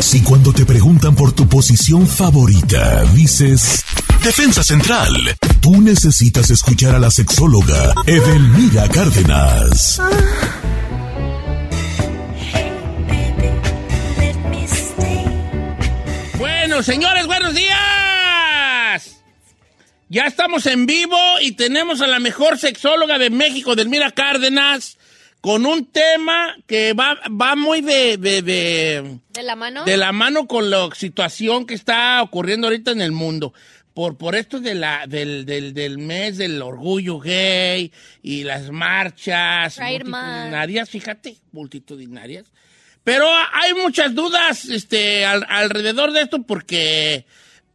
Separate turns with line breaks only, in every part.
Si cuando te preguntan por tu posición favorita, dices Defensa Central, tú necesitas escuchar a la sexóloga Edelmira Cárdenas.
Bueno, señores, buenos días. Ya estamos en vivo y tenemos a la mejor sexóloga de México, Delmira Cárdenas, con un tema que va, va muy de, de, de,
¿De la mano?
de la mano con la situación que está ocurriendo ahorita en el mundo. Por, por esto de la, del, del, del mes del orgullo gay y las marchas
Pride Month.
multitudinarias, fíjate, multitudinarias. Pero hay muchas dudas este, al- alrededor de esto porque,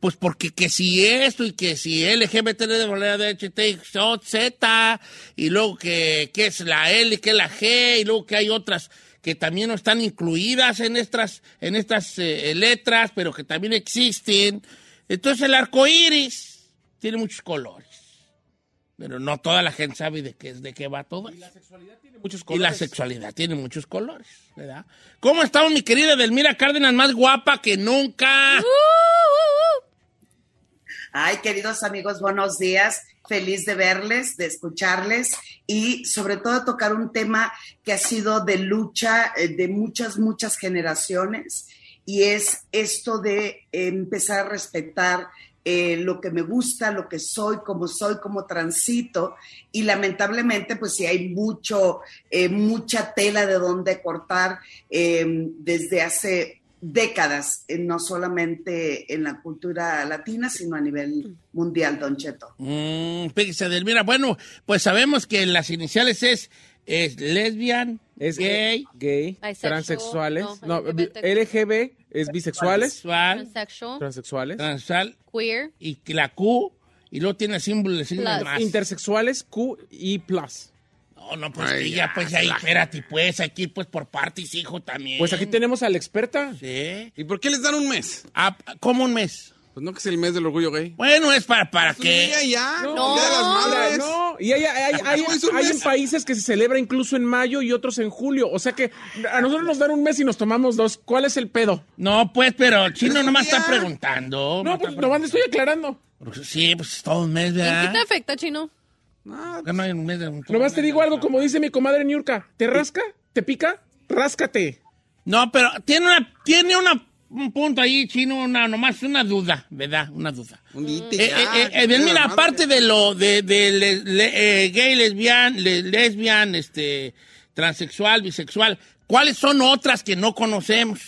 pues porque que si esto y que si LGBT de manera de Z y luego que, que es la L y que es la G y luego que hay otras que también no están incluidas en estas, en estas eh, letras, pero que también existen. Entonces el arco iris tiene muchos colores. Pero no toda la gente sabe de qué, es- de qué va todo. eso. Y la sexualidad tiene muchos colores, ¿verdad? ¿Cómo estamos, mi querida Delmira Cárdenas, más guapa que nunca?
Ay, queridos amigos, buenos días. Feliz de verles, de escucharles y sobre todo tocar un tema que ha sido de lucha eh, de muchas, muchas generaciones y es esto de eh, empezar a respetar eh, lo que me gusta, lo que soy, cómo soy, cómo transito y lamentablemente pues sí hay mucho, eh, mucha tela de donde cortar eh, desde hace décadas, eh, no solamente en la cultura latina, sino a nivel mundial, Don Cheto.
Mm, fíjese, Delmira, bueno, pues sabemos que las iniciales es, es lesbian,
Es eh,
gay,
gay, gay
Bisexual,
transexuales,
no,
no,
LGBT.
LGB es bisexuales,
sexual,
Transsexual,
transexuales,
transal
queer,
y que la Q, y luego tiene símbolo, símbolo
Plus.
más.
intersexuales, Q y plus.
no, no, pues que ya, pues ahí, espérate, pues aquí, pues por partes, hijo, también.
Pues aquí tenemos a la experta.
Sí.
¿Y por qué les dan un mes?
Ah, ¿Cómo un mes?
Pues no que es el mes del orgullo gay.
Bueno, es para, para
Pues
que...
Ya, ya.
No.
el Día de las madres.
No, y hay, hay- hay- hay-
No, es un
hay
mes.
en países que se celebra incluso en mayo y otros en julio. O sea que a nosotros nos dan un mes y nos tomamos dos. ¿Cuál es el pedo?
No, pues, pero el chino
Pero
nomás
ya.
está preguntando.
No,
nomás
pues
está
nomás le estoy aclarando.
Porque Sí, pues es todo un mes,
¿En qué te
¿verdad?
afecta, Chino?
No,
Que no hay un mes de-
Nomás te digo algo, como dice mi comadre Niurka. ¿Te rasca? ¿Te pica? Ráscate.
No, pero tiene una, tiene una, un punto ahí, chino, una, nomás una duda, ¿verdad? Una duda.
un día
Eh,
ya,
eh, eh,
el Día de
bien,
las
mira,
Madres.
aparte de lo de, de le- le- eh, gay, lesbian, le- lesbian, este, transexual, bisexual, ¿cuáles son otras que no conocemos?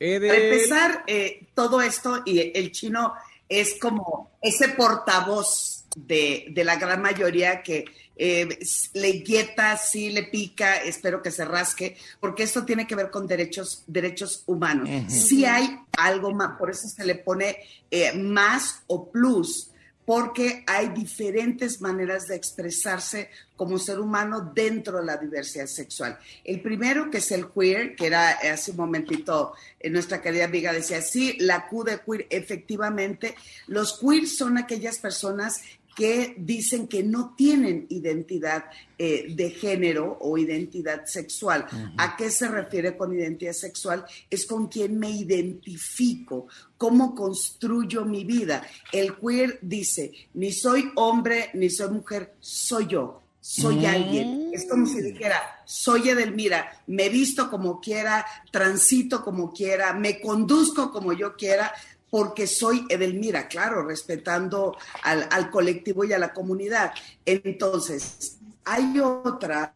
Edel.
Para empezar, eh, todo esto y el chino es como ese portavoz de, de la gran mayoría que eh, s- le inquieta, sí le pica, espero que se rasque, porque esto tiene que ver con derechos, derechos humanos. Sí hay algo más, por eso se le pone eh, más o plus, porque hay diferentes maneras de expresarse como ser humano dentro de la diversidad sexual. El primero que es el queer, que era eh, hace un momentito eh, nuestra querida amiga decía, sí, la Q de queer, efectivamente, los queer son aquellas personas que dicen que no tienen identidad eh, de género o identidad sexual. ¿A qué se refiere con identidad sexual? Es con quien me identifico, cómo construyo mi vida. El queer dice, ni soy hombre, ni soy mujer, soy yo. soy alguien. Es como si dijera, soy Edelmira, me visto como quiera, transito como quiera, me conduzco como yo quiera, porque soy Edelmira, claro, respetando al, al colectivo y a la comunidad. Entonces, hay otra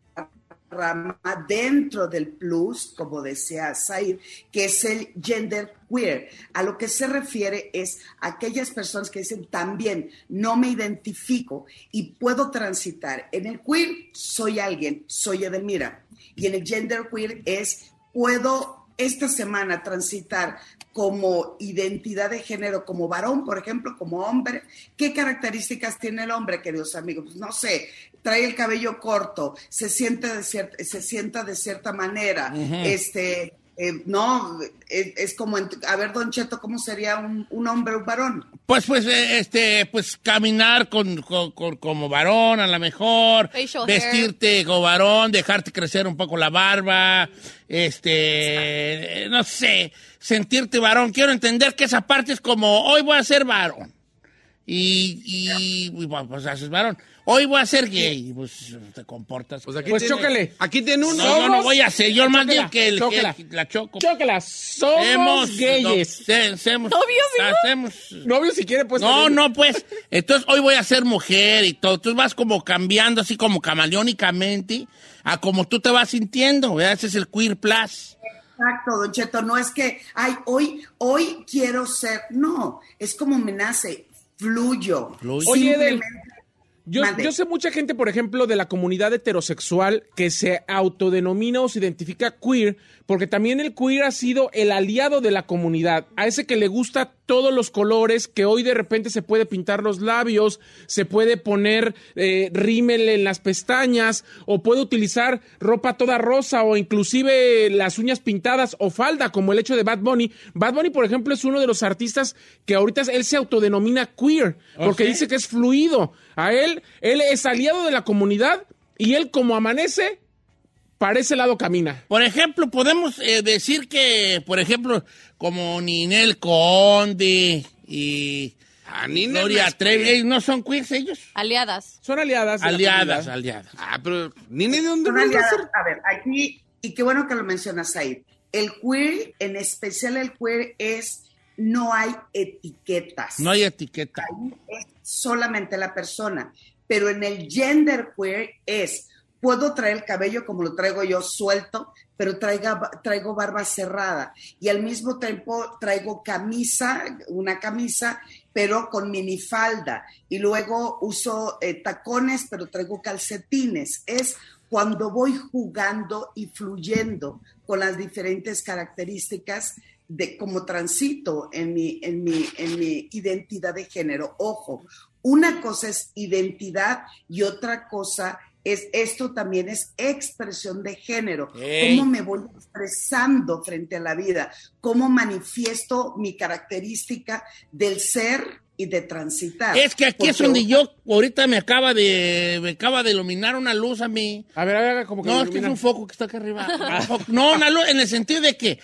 rama dentro del plus, como decía Said, que es el gender queer. A lo que se refiere es a aquellas personas que dicen también no me identifico y puedo transitar. En el queer soy alguien, soy Edelmira. Y en el gender queer es puedo esta semana transitar como identidad de género, como varón, por ejemplo, como hombre, ¿qué características tiene el hombre, queridos amigos? Pues no sé, trae el cabello corto, se, siente de cier- se sienta de cierta manera, este, eh, no, es, es como, en- a ver, don Cheto, ¿cómo sería un, un hombre, un varón?
Pues, pues, eh, este, pues caminar con, con- con- como varón, a lo mejor,
Facial hair.
vestirte como varón, dejarte crecer un poco la barba, este, eh, no sé, sentirte varón. Quiero entender que esa parte es como, hoy voy a ser varón. Y, y, y, bueno, pues haces varón. Hoy voy a ser gay. Y, Pues te comportas.
Pues, aquí
Pues
tiene-
chócale.
Aquí tiene uno.
no, yo no
somos-
voy a ser, yo más bien
Chócala,
que, el- que
chócala.
el- la choco.
Chócala, somos
Hacemos-
gays.
no, se- hacemos-
Novios, ¿no?
hacemos-
Novio, si quiere, pues.
no,
también.
no, pues. Entonces, hoy voy a ser mujer y todo. Tú vas como cambiando, así como camaleónicamente, a como tú te vas sintiendo. ¿verdad? Ese es el queer plus.
Exacto, Don Cheto, no es que, ay, hoy, hoy quiero ser, no, es como me nace, fluyo.
Fluye.
Oye, Edel,
Simplemente-
Yo,
Mande.
yo sé mucha gente, por ejemplo, de la comunidad heterosexual que se autodenomina o se identifica queer, porque también el queer ha sido el aliado de la comunidad, a ese que le gusta todos los colores, que hoy de repente se puede pintar los labios, se puede poner eh, rímel en las pestañas, o puede utilizar ropa toda rosa, o inclusive las uñas pintadas o falda, como el hecho de Bad Bunny. Bad Bunny, por ejemplo, es uno de los artistas que ahorita él se autodenomina queer, porque dice que es fluido. A él, él es aliado de la comunidad y él como amanece, para ese lado camina.
Por ejemplo, podemos eh, decir que, por ejemplo, como Ninel Conde y
A Nina no
Gloria
es
Trevi,
queer.
ellos no son queers ellos.
Aliadas.
Son aliadas. de la
Aliadas,
comunidad.
aliadas.
Ah, pero Nina, ¿de dónde
Una
va a
aliada.
ser?
A ver, aquí, y qué bueno que lo mencionas ahí. El queer, en especial el queer, es no hay etiquetas.
No hay etiqueta.
Ahí es solamente la persona. Pero en el gender queer es, puedo traer el cabello como lo traigo yo suelto, pero traiga, traigo barba cerrada. Y al mismo tiempo traigo camisa, una camisa, pero con minifalda. Y luego uso eh, tacones, pero traigo calcetines. Es cuando voy jugando y fluyendo con las diferentes características de cómo transito en mi, en mi, en mi identidad de género. Ojo, una cosa es identidad y otra cosa es esto también es expresión de género.
Ey.
¿Cómo me voy expresando frente a la vida? ¿Cómo manifiesto mi característica del ser y de transitar?
Es que aquí es
Porque-
donde yo ahorita me acaba de me acaba de iluminar una luz a mí.
A ver, a ver, haga como que
No,
me
es que es
ilumina.
un foco que está acá arriba. Un foco. No, una luz en el sentido de que,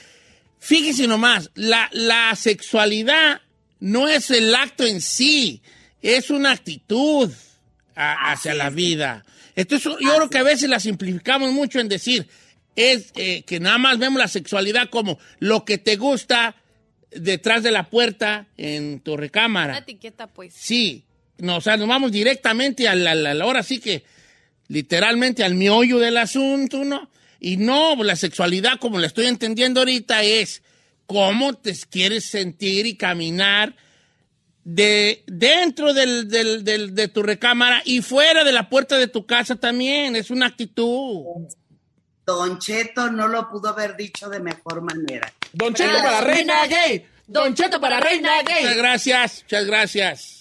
fíjese nomás, la, la sexualidad no es el acto en sí, es una actitud a- hacia la vida. Entonces, yo creo que a veces la simplificamos mucho en decir, es eh, que nada más vemos la sexualidad como lo que te gusta detrás de la puerta en tu
Una
recámara.
etiqueta, pues.
Sí, no, o sea, nos vamos directamente a la, la- la- ahora sí que literalmente al miollo del asunto, ¿no? Y no, la sexualidad, como la estoy entendiendo ahorita, es cómo te quieres sentir y caminar de dentro del- del- del- de tu recámara y fuera de la puerta de tu casa también. Es una actitud.
Don Cheto no lo pudo haber dicho de mejor manera.
Don Cheto
Ah,
para reina gay. Don Cheto para reina
Muchas
gay.
gracias, muchas gracias.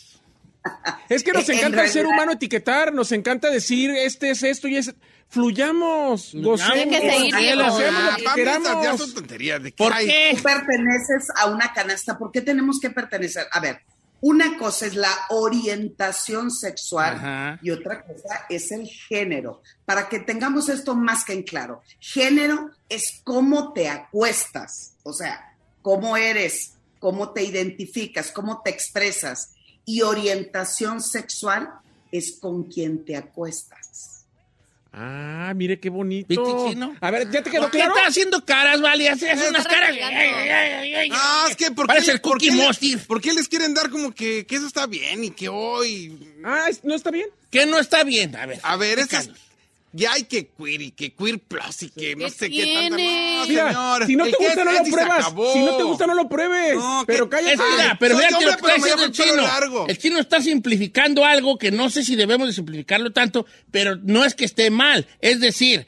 Es que nos
En
encanta el ser
realidad-
humano etiquetar, nos encanta decir este es esto y es. Fluyamos, gocemos.
Hay que seguir
hacemos
vivos.
lo
Ah,
que
Vamos,
queramos.
ya son tonterías. ¿De
¿Por
Ay,
qué?
tú perteneces a una canasta, ¿por qué tenemos que pertenecer? A ver, una cosa es la orientación sexual
Ajá.
y otra cosa es el género. Para que tengamos esto más que en claro, género es cómo te acuestas, o sea, cómo eres, cómo te identificas, cómo te expresas. Y orientación sexual es con quien te acuestas.
Ah, mire qué bonito.
¿Viste, chino?
A ver, ¿ya te quedó
¿Por qué
claro?
estás haciendo caras, vale? Haces
Me
unas
está
caras.
regañando.
Ay, ay, ay, ay.
Ah, es que ¿por qué,
Parece el
por qué
Cookie
le-
Monster.
¿Por qué les quieren dar como que, que eso está bien y que hoy...
Ah, ¿es- ¿no está bien?
¿Qué no está bien? A ver.
A ver, eso es...
explícanos.
Ya hay que queer y que queer plus y que no
¿Qué
sé qué tanta...
tiene?
No,
Mira,
señor,
si no
el
te
que
gusta,
es
no
es
lo
y se
pruebas.
acabó.
Si no te gusta, no lo pruebes.
No, que-
pero cállate.
Es que, mira, pero
soy
fíjate
hombre,
lo que
pero
está
me dejo
diciendo el
el pelo
chino.
largo.
El chino está simplificando algo que no sé si debemos de simplificarlo tanto, pero no es que esté mal. Es decir,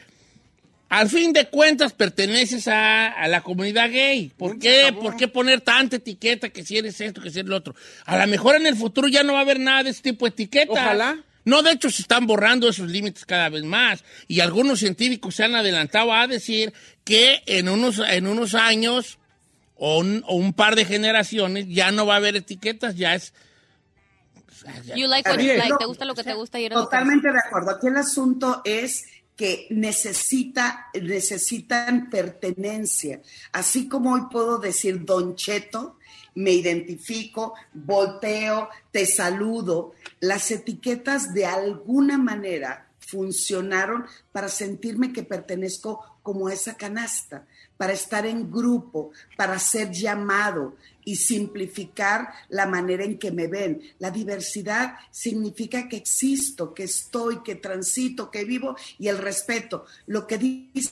al fin de cuentas perteneces a, a la comunidad gay. ¿Por
Punto, se
qué?
acabó.
¿Por qué poner tanta etiqueta que si eres esto, que si eres lo otro? A lo mejor en el futuro ya no va a haber nada de ese tipo de etiquetas.
Ojalá.
No, de hecho, se están borrando esos límites cada vez más. Y algunos científicos se han adelantado a decir que en unos, en unos años o un, o un par de generaciones ya no va a haber etiquetas, ya es...
You like what you
Mire.
like. Te gusta lo que te gusta y eres lo que
Totalmente de acuerdo. Aquí el asunto es que necesita, necesitan pertenencia. Así como hoy puedo decir Don Cheto, me identifico, volteo, te saludo. Las etiquetas de alguna manera funcionaron para sentirme que pertenezco como a esa canasta, para estar en grupo, para ser llamado y simplificar la manera en que me ven. La diversidad significa que existo, que estoy, que transito, que vivo y el respeto. Lo que dice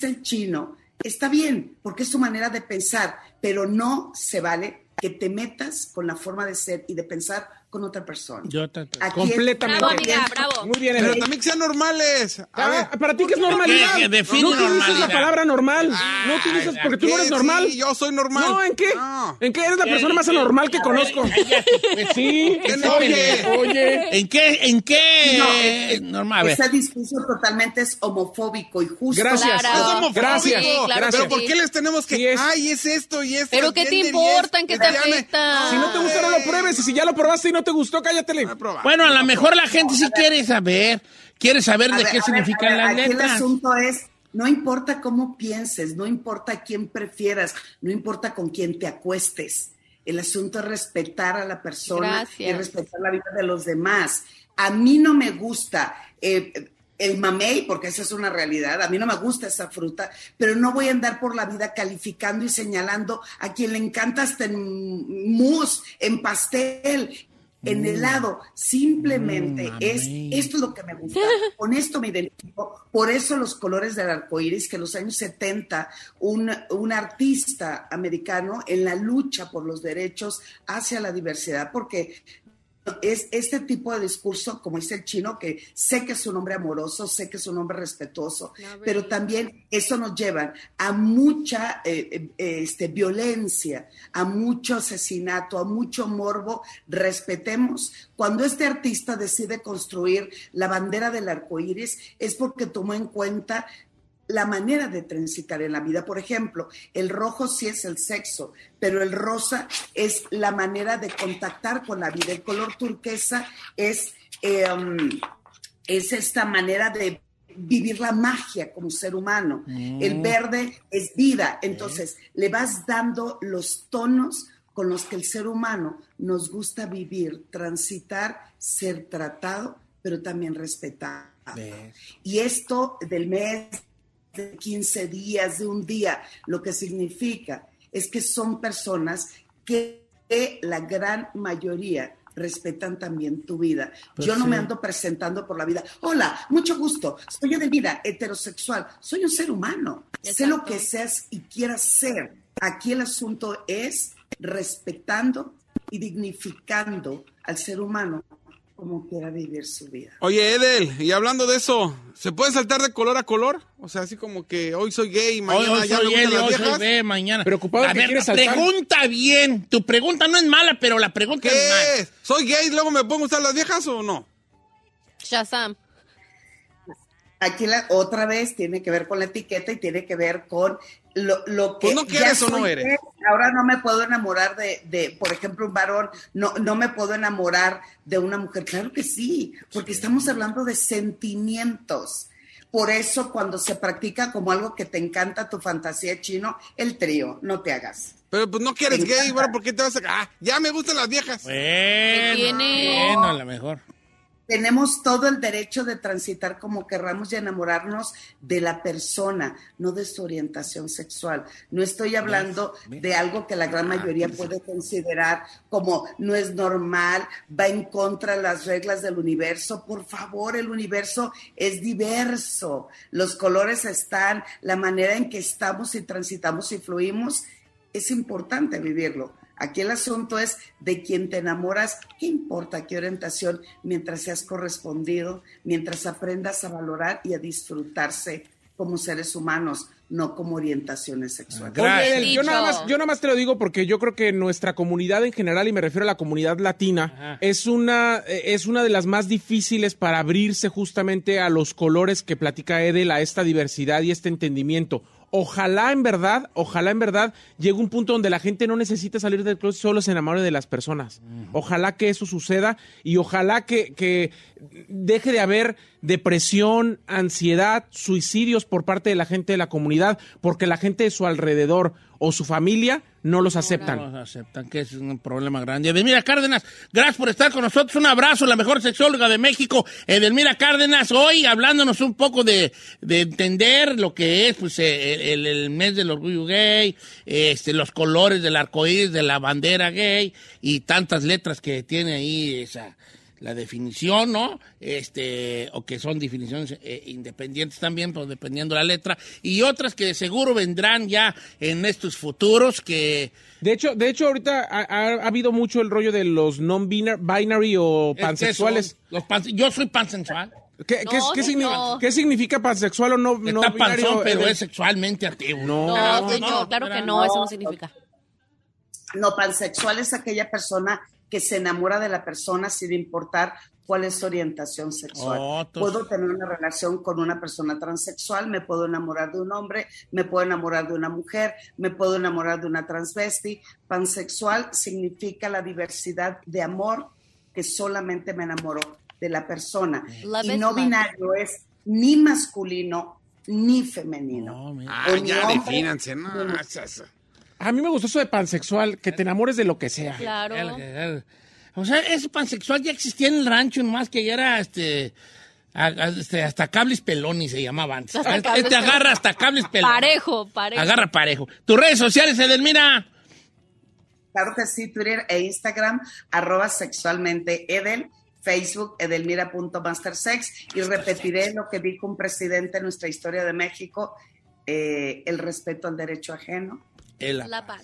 el chino está bien, porque es su manera de pensar, pero no se vale que te metas con la forma de ser y de pensar con otra persona.
Yo te- te-
Aquí
Completamente.
Bravo, amiga, bravo.
Muy bien,
Pero
Evelyn.
también que sean normales. A
Ah,
ver.
para ti que es normalidad.
Que- que define
no utilizas la
normalidad.
palabra normal. no utilizas
Ah,
porque tú no
¿qué?
eres normal.
Sí, yo soy normal.
No, ¿en qué?
No.
¿En qué eres la persona más anormal que conozco?
Ay, ya, pues,
Sí.
¿qué
no,
se-
oye.
Oye.
¿En qué? ¿En qué?
No,
eh, Norma, a ver.
Ese discurso totalmente es homofóbico y justo.
Gracias.
Claro.
Es homofóbico.
Gracias.
Sí, claro
gracias.
Pero ¿por qué les tenemos que...
Sí es.
Ay, es esto y esto.
Pero ¿qué te
atiende bien,
importa? ¿En qué te
atiende-
afecta?
Si no te gusta, no lo pruebes. Y si ya lo probaste y no te gustó, cállatele.
No he probado.
Bueno, a lo mejor la gente sí quiere saber, quiere saber
A
de
ver,
qué
a ver, a
significan
ver,
las
aquí El
letras.
asunto es, no importa cómo pienses, no importa quién prefieras, no importa con quién te acuestes. El asunto es respetar a la persona y
Gracias.
respetar la vida de los demás. A mí no me gusta eh, el mamey, porque esa es una realidad, a mí no me gusta esa fruta, pero no voy a andar por la vida calificando y señalando a quien le encanta hasta en mousse, en pastel, en helado. Simplemente es,
mamey.
esto es lo que me gusta, con esto me identifico. Por eso los colores del arco iris, que en los años 70 un, un artista americano en la lucha por los derechos hacia la diversidad, porque es este tipo de discurso, como dice el chino, que sé que es un hombre amoroso, sé que es un hombre respetuoso, pero también eso nos lleva a mucha eh, eh, este, violencia, a mucho asesinato, a mucho morbo. Respetemos. Cuando este artista decide construir la bandera del arco iris, es porque tomó en cuenta la manera de transitar en la vida. Por ejemplo, el rojo sí es el sexo, pero el rosa es la manera de contactar con la vida. El color turquesa es, eh, um, es esta manera de vivir la magia como ser humano. El verde es vida. Entonces, le vas dando los tonos con los que el ser humano nos gusta vivir, transitar, ser tratado, pero también respetado. Y esto del mes, de 15 días, de un día, lo que significa es que son personas que que la gran mayoría respetan también tu vida.
Pues
Yo no me
sí.
ando presentando por la vida. Hola, mucho gusto. Soy Edelmira, heterosexual. Soy un ser humano. Sé lo
Exacto.
que seas y quieras ser. Aquí el asunto es respetando y dignificando al ser humano como quiera vivir su vida.
Oye, Edel, y hablando de eso, ¿se puede saltar de color a color? O sea, así como que hoy soy gay,
Hoy,
mañana
hoy
ya
soy
me gustan
él,
las
hoy soy
viejas.
B, mañana.
Preocupado
a
que
ver,
quieres saltar.
pregunta bien. Tu pregunta no es mala, pero la pregunta es mala.
¿Qué es? ¿Soy gay y luego me pueden gustar las viejas o no?
Shazam.
Aquí la, otra vez tiene que ver con la etiqueta y tiene que ver con lo, lo que...
Pues no
ya
quieres o no
soy
eres.
gay, Ahora no me puedo enamorar de, de, por ejemplo, un varón, no, no me puedo enamorar de una mujer. Claro que sí, porque estamos hablando de sentimientos. Por eso cuando se practica como algo que te encanta tu fantasía chino, el trío, no te hagas.
Pero pues no que eres
Me
gay,
encanta.
bro, ¿por qué te vas a... Ah, ya me gustan las viejas.
Bueno,
tiene?
bueno, a lo mejor.
tenemos todo el derecho de transitar como querramos y enamorarnos de la persona, no de su orientación sexual. No estoy hablando
¿Ves?
de algo que la gran mayoría puede considerar como no es normal, va en contra de las reglas del universo. Por favor, el universo es diverso. Los colores están, la manera en que estamos y transitamos y fluimos es importante vivirlo. Aquí el asunto es de quien te enamoras, qué importa qué orientación, mientras seas correspondido, mientras aprendas a valorar y a disfrutarse como seres humanos, no como orientaciones sexuales.
Gracias.
Oye, yo, nada
Dicho.
más, yo nada más te lo digo porque yo creo que nuestra comunidad en general, y me refiero a la comunidad latina,
Ajá.
es una, eh, es una de las más difíciles para abrirse justamente a los colores que platica Edel, a esta diversidad y este entendimiento. Ojalá en verdad, ojalá en verdad llegue un punto donde la gente no necesite salir del closet, solo se enamore de las personas. Ojalá que eso suceda y ojalá que, que deje de haber depresión, ansiedad, suicidios por parte de la gente de la comunidad, porque la gente de su alrededor o su familia no los aceptan.
Nos aceptan que es un problema grande. Edelmira Cárdenas, gracias por estar con nosotros. Un abrazo, la mejor sexóloga de México, Edelmira Cárdenas, hoy hablándonos un poco de, de entender lo que es pues, eh, el, el mes del orgullo gay, este, los colores del arcoíris, de la bandera gay y tantas letras que tiene ahí esa la definición, ¿no? Este, o que son definiciones eh, independientes también, pues dependiendo la letra, y otras que de seguro vendrán ya en estos futuros que
De hecho, de hecho ahorita ha, ha- ha habido mucho el rollo de los non-binary o
Es que
pansexuales.
son los panse- yo soy pansexual.
¿Qué, qué-
No,
qué
sí,
signi-
no.
qué significa pansexual o no, no
Está
binario,
panzón, pero
Edel?
es sexualmente activo.
No.
No,
No,
señor,
no,
claro
espera,
que no,
no.
eso no significa.
No, pansexual es aquella persona que se enamora de la persona sin importar cuál es su orientación sexual.
Oh, tú-
Puedo tener una relación con una persona transexual, me puedo enamorar de un hombre, me puedo enamorar de una mujer, me puedo enamorar de una transvesti. Pansexual significa la diversidad de amor que solamente me enamoro de la persona.
Love
y
is
no
love.
binario es ni masculino ni femenino.
No, Oh, mira.
Ah, ya,
Hombre.
defínanse. No,
Ah,
esa- esa.
A mí me gustó eso de pansexual, que te enamores de lo que sea.
Ya la
Claro.
cagaron. O sea, ese pansexual ya existía en el rancho, nomás que ya era este. a- a- este, hasta cables peloni se llamaba antes.
Hasta
Este
cables
agarra hasta cables peloni.
Parejo, parejo.
Agarra parejo. Tus redes sociales, Edelmira.
Claro que sí, Twitter e Instagram, arroba sexualmente Edel, Facebook edelmira.mastersex y repetiré lo que dijo un presidente en nuestra historia de México, eh, el respeto al derecho ajeno
Ela.
La paz.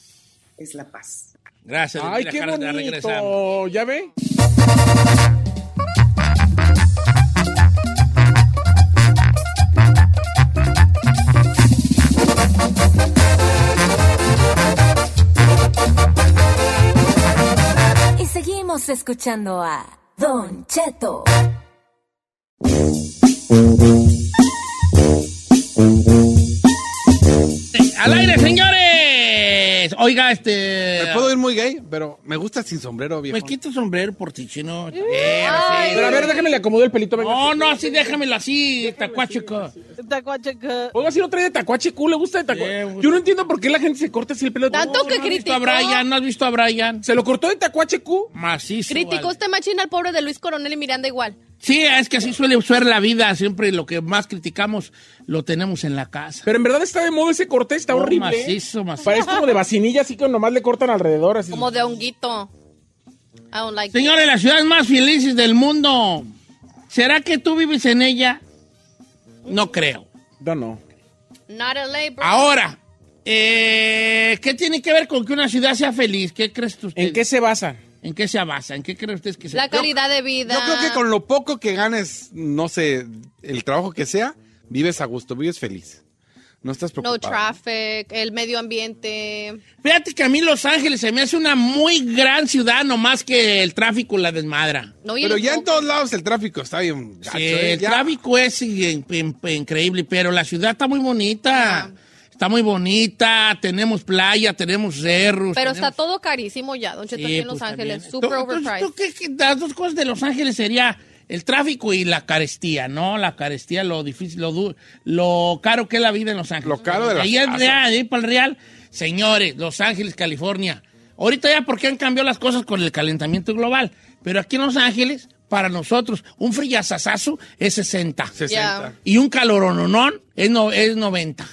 es la paz.
Gracias,
Ay,
Edelmira
qué
Cárdenas, regresamos.
bonito. ¿Ya ve?
Y seguimos escuchando a Don Cheto.
¡Al aire, señores! Oiga, este.
Me puedo ir muy gay, pero me gusta sin sombrero, viejo.
Me quito el sombrero por ti, chino. Eh,
Pero a ver, déjame le acomodo el pelito. Venga.
No, no, así déjamelo así, tacuachico.
Oiga, si no trae de tacuache, cool, le gusta de
Sí, me
tacuache.
gusta.
Yo no entiendo por qué la gente se corta así el pelo.
Tanto
¿No
que
has visto a
criticó.
Brian? ¿No has visto a Brian?
¿Se lo cortó de tacuache, Q?
Macizo.
Criticó
vale.
usted este machín al pobre de Luis Coronel y Miranda igual.
Sí, es que así suele ser la vida. Siempre lo que más criticamos lo tenemos en la casa.
Pero en verdad está de moda ese corte, está
Oh,
horrible. ¿eh?
macizo, macizo.
Parece como de vacinilla, así que nomás le cortan alrededor. Así.
Como de honguito. I don't like it.
Señores, las ciudades más felices del mundo. ¿Será que tú vives en ella? No creo.
No, no.
Not LA, bro.
Ahora, eh, ¿qué tiene que ver con que una ciudad sea feliz? ¿Qué crees tú?
¿En qué se basan?
¿En qué se basa? ¿En qué creen ustedes que se
La calidad de vida.
Yo creo que con lo poco que ganes, no sé, el trabajo que sea, vives a gusto, vives feliz. No estás preocupado.
No traffic, el medio ambiente.
Fíjate que a mí Los Ángeles se me hace una muy gran ciudad, nomás que el tráfico la desmadra.
No, y
Pero
el-
ya en todos lados el tráfico está bien gacho.
Sí,
¿eh?
el
Ya.
tráfico es in- in- increíble, pero la ciudad está muy bonita. Está muy bonita, tenemos playa, tenemos cerros.
Pero
pues, tenemos-
está todo carísimo ya, Don Cheto,
Sí,
aquí en
pues,
Los Ángeles.
también.
Super
Tú- entonces,
overpriced.
¿tú qué- qué- las dos cosas de Los Ángeles sería el tráfico y la carestía, ¿no? La carestía, lo difícil, lo du- lo caro que es la vida en Los Ángeles.
Lo caro de las
Ahí es
casas.
real, ahí para el real. Señores, Los Ángeles, California. Ahorita ya porque han cambiado las cosas con el calentamiento global. Pero aquí en Los Ángeles, para nosotros. Un frillazazazo es 60.
60.
Y un calorononón es, no, es 90.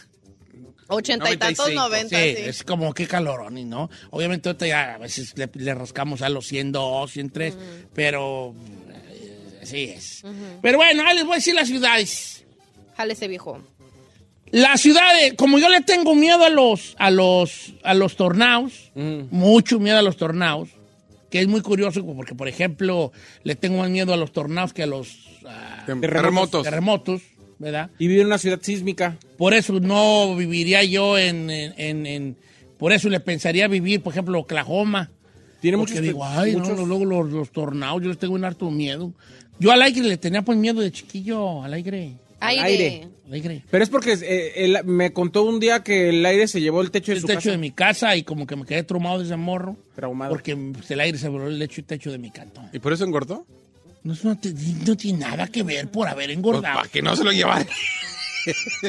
Ochenta y tantos,
95,
noventa,
Sí,
sí.
es como que calorón, y ¿no? Obviamente ahorita ya a veces le, le rascamos a los 102, 103, pero eh, así es. Pero bueno, ahí les voy a decir las ciudades.
Jale ese viejo.
Las ciudades, como yo le tengo miedo a los, a los, a los tornados, mucho miedo a los tornados, que es muy curioso porque, por ejemplo, le tengo más miedo a los tornados que a los ah,
Terremotos.
terremotos, ¿verdad?
Y vive en una ciudad sísmica.
Por eso no viviría yo en, en- en- en- Por eso le pensaría vivir, por ejemplo, Oklahoma.
Tiene
Porque
muchos...
digo, ay, no,
muchos-
luego los, los tornados, yo les tengo un harto miedo. Yo al aire le tenía pues miedo de chiquillo, al aire,
Aire.
aire.
al aire.
Pero es porque eh, él me contó un día que el aire se llevó el techo de
El
su
techo
casa.
de mi casa y como que me quedé traumado de ese morro.
Traumado.
Porque pues, el aire se voló el techo, techo de mi cantón.
¿Y por eso engordó?
No, no te- no tiene nada que ver por haber
Pues,
engordado.
para que no se lo llevara.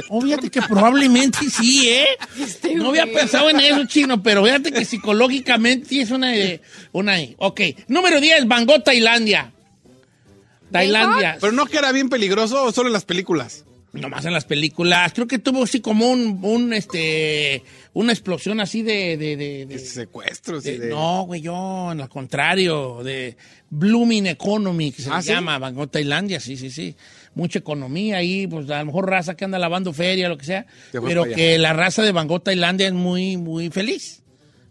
Obviamente Oh, que probablemente sí, ¿eh?
Este
No había
güey.
pensado en eso, chino, pero fíjate que psicológicamente sí es una... eh, una eh. ok, número 10, Bangkok, Tailandia. Tailandia.
Pero no que era bien peligroso o solo en las películas.
Nomás en las películas. Creo que tuvo así como un, un este, una explosión así de... de, de- de-
De secuestros y
de-
Pues de...
No, güey, yo, en lo contrario, de Blooming Economy, que se
¿Ah,
le
sí?
llama, Bangkok, Tailandia, sí, sí, sí. Mucha economía ahí, pues a lo mejor raza que anda lavando feria, lo que sea,
Te fue
pero
para allá.
que la raza de Bangkok, Tailandia es muy, muy feliz.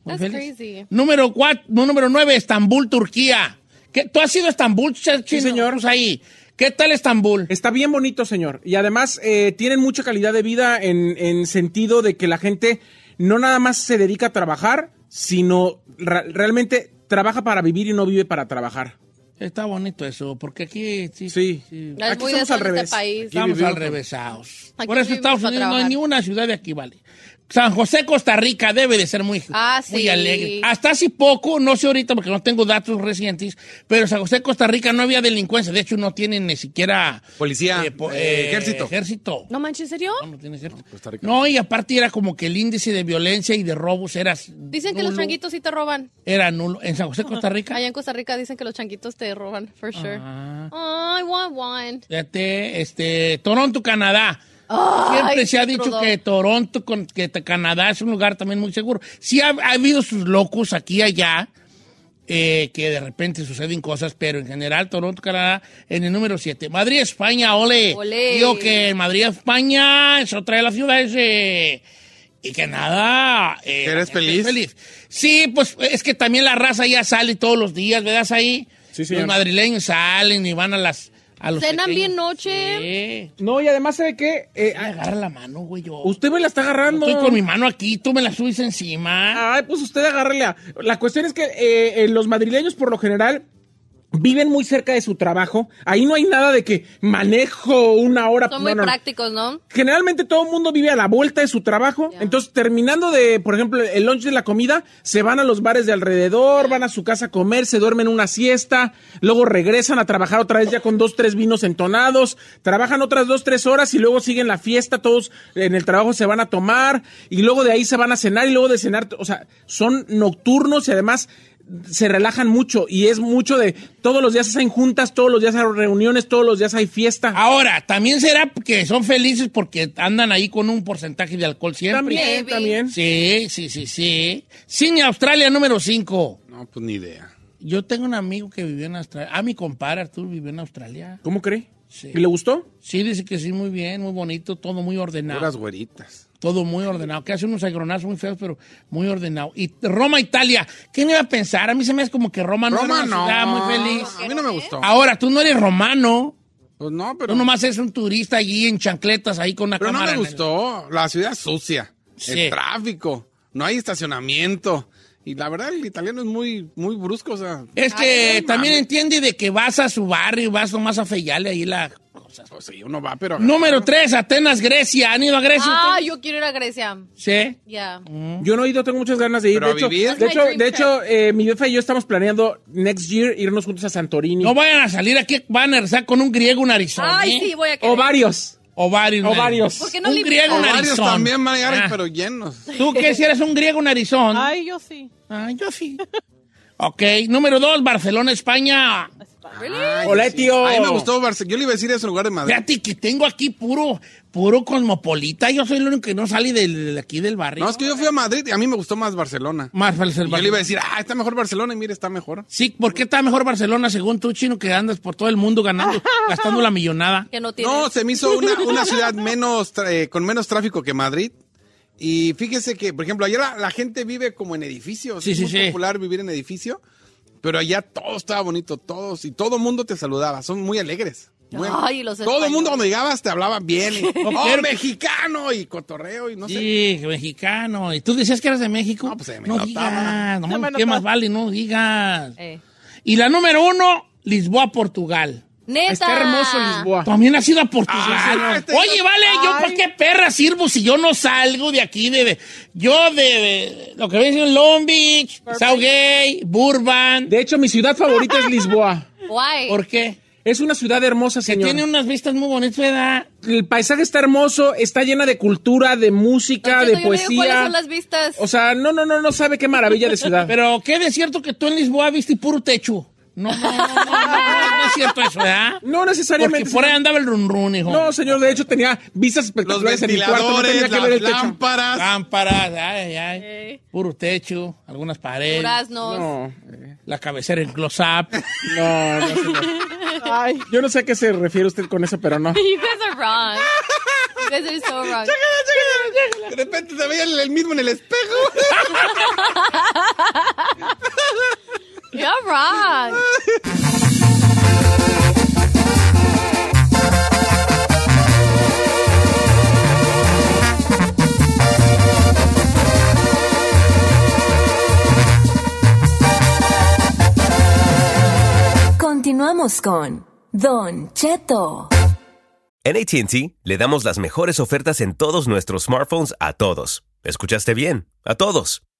Muy
That's
feliz.
crazy.
Número cuatro, no, número nueve, Estambul, Turquía. ¿Qué, ¿Tú has ido a Estambul, chino?
señor.
Pues ahí. ¿Qué tal Estambul?
Está bien bonito, señor. Y además eh, tienen mucha calidad de vida en, en sentido de que la gente no nada más se dedica a trabajar, sino ra- realmente trabaja para vivir y no vive para trabajar.
Está bonito eso, porque aquí sí.
Sí.
No, es
Aquí
muy
somos
de
al
sol este
revés.
país.
Aquí
Estamos
vivimos
al revésados.
Aquí
Por eso
vivimos
Estados
para
Unidos no hay
trabajar.
ni una ciudad de aquí, vale. San José, Costa Rica, debe de ser muy,
Ah,
muy
sí.
alegre. Hasta hace poco, no sé ahorita porque no tengo datos recientes, pero San José, Costa Rica no había delincuencia. De hecho, no tienen ni siquiera...
Policía,
po-
eh, ejército.
Ejército.
No manches, ¿en serio?
No, no tiene ejército.
Costa Rica.
No, y aparte era como que el índice de violencia y de robos era...
Dicen que los changuitos sí te roban.
Era nulo. En San José, Costa Rica.
Allá en Costa Rica dicen que los changuitos te roban, for sure.
Ah.
Oh, I want one.
Fíjate, este, Toronto, Canadá. Siempre
Ay,
se ha
sí,
dicho
Trudeau.
que Toronto, con, que t- Canadá es un lugar también muy seguro. Sí ha, ha habido sus locos aquí y allá, eh, que de repente suceden cosas, pero en general Toronto, Canadá, en el número 7. Madrid, España, ole.
Ole.
Digo que Madrid, España es otra de las ciudades eh, y que nada... eh,
¿Eres
la gente
feliz?
es Sí, pues es que también la raza ya sale todos los días, ¿verdad? Ahí
Sí,
los
señor.
madrileños salen y van a las... A los
Cenan
pequeños.
bien noche.
Sí.
No, y además sabe que
Me agarra la mano, güey. Yo
usted me la está agarrando.
estoy con mi mano aquí, tú me la subes encima.
Ay, pues usted agárrele. a- La cuestión es que eh, eh, los madrileños por lo general viven muy cerca de su trabajo. Ahí no hay nada de que manejo una hora.
Son
No,
muy
no, no.
prácticos, ¿no?
Generalmente todo el mundo vive a la vuelta de su trabajo. Entonces, terminando de, por ejemplo, el lunch de la comida, se van a los bares de alrededor, van a su casa a comer, se duermen una siesta, luego regresan a trabajar otra vez ya con dos, tres vinos entonados, trabajan otras dos, tres horas y luego siguen la fiesta, todos en el trabajo se van a tomar y luego de ahí se van a cenar y luego de cenar, o sea, son nocturnos y además se relajan mucho y es mucho de todos los días hacen juntas, todos los días hay reuniones, todos los días hay fiesta.
Ahora, también será que son felices porque andan ahí con un porcentaje de alcohol siempre.
También,
Maybe.
también.
Sí, sí, sí, sí. Cine Australia número 5.
No, pues ni idea.
Yo tengo un amigo que vivió en Australia. Ah, mi compadre Arturo vivió en Australia.
¿Cómo cree?
Sí.
¿Y le gustó?
Sí, dice que sí, muy bien, muy bonito, todo muy ordenado.
Puras güeritas.
Todo muy ordenado. Que hace unos agronazos muy feos, pero muy ordenado. Y Roma, Italia. ¿Quién iba a pensar? A mí se me hace como que Roma no
Roma
era una
no.
ciudad muy feliz.
A mí no me gustó.
Ahora, tú no eres romano.
Pues no,
Tú
pero,
nomás eres un turista allí en chancletas, ahí con una
pero no
cámara.
me
en el-
gustó. La ciudad es sucia.
Sí.
El tráfico. No hay estacionamiento. Y la verdad, el italiano es muy, muy brusco. O sea,
Es que
Ay, no
también
mames.
entiende de que vas a su barrio y vas nomás a fellarle ahí la cosa.
pues sí, uno va, pero.
Número 3, Atenas, Grecia. ¿Han ido a Grecia?
Ah,
ustedes?
yo quiero ir a Grecia.
Sí.
Ya.
Yo no he ido, tengo muchas ganas de ir.
Pero
De
a
hecho,
vivir.
de
That's my
hecho,
dream
de
trip.
hecho, eh, mi jefa y yo estamos planeando next year irnos juntos a Santorini.
No vayan a salir aquí, van a rezar con un griego, un arizona.
Ay, sí, voy a querer.
o varios.
O varios.
O
un arizón.
varios.
¿Por qué no
un
le
griego, un
invitan?
Varios
arizón.
también van a llegar,
Ah.
pero llenos.
¿Tú qué si eres un griego, un arizón?
Ay, yo sí.
Ah, yo sí. ok, número dos, Barcelona, España.
Really?
Hola, tío.
A mí me gustó Barcelona. Yo le iba a decir eso en lugar de Madrid.
Fíjate que tengo aquí puro, puro cosmopolita. Yo soy el único que no salí del, de aquí del barrio.
No, es que yo fui a Madrid y a mí me gustó más Barcelona.
Más
Y yo le iba a decir, ah, está mejor Barcelona y mire, está mejor.
Sí, ¿por qué está mejor Barcelona según tú, chino, que andas por todo el mundo ganando, gastando la millonada?
Que no tiene.
No, se me hizo una, una ciudad menos tra- eh, con menos tráfico que Madrid. Y fíjese que, por ejemplo, allá la, la gente vive como en edificios.
Sí,
es
sí,
muy
sí.
popular vivir en edificio. Pero allá todo estaba bonito, todos. Y todo mundo te saludaba. Son muy alegres. Muy-
Ay, los
todo el
españoles.
mundo cuando llegabas te hablaba bien. Y, ¡Oh,
quiero-
mexicano! Y cotorreo y no sé.
Sí, mexicano. ¿Y tú decías que eras de México?
No, pues, de
No
México.
digas, no,
Se me
mames,
notaba.
¿qué más vale? No digas.
Eh.
Y la número uno, Lisboa, Portugal.
Neta.
Está hermoso Lisboa.
También has ido a Portugal.
Ah, sí, no, este-
Oye, vale, ¿yo
Ay.
para qué perra sirvo si yo no salgo de aquí? De, de- yo de, de- lo que ven en Long Beach, Southgate, Burbank.
De hecho, mi ciudad favorita es Lisboa.
Guay.
¿Por qué?
Es una ciudad hermosa, señor.
Tiene unas vistas muy bonitas, ¿verdad?
El paisaje está hermoso, está llena de cultura, de música,
Don Cheto, yo
de
le digo, ¿Cuáles
poesía.
son las vistas?
O sea, no, no, no, no sabe qué maravilla de ciudad.
Pero qué de cierto que tú en Lisboa viste puro techo. No, no, no, no, no, no, no es cierto eso, ¿verdad?
no
Porque
necesariamente.
por ahí
señor.
andaba el run run, hijo.
No, señor, de hecho tenía vistas
Los
espectaculares en mi cuarto, no tenía
ventiladores,
que ver
las
el techo.
lámparas.
Lámparas, ay, ay, ay.
Eh.
Puro techo, algunas paredes,
Duraznos.
No,
la cabecera en close-up.
no, no, señor.
Ay,
Yo no sé a qué se refiere usted con eso, pero no.
You guys are wrong. You guys are so wrong.
De repente se veía el, el mismo en el espejo.
You're wrong.
Continuamos con Don Cheto.
En ATT le damos las mejores ofertas en todos nuestros smartphones a todos. ¿Escuchaste bien? A todos.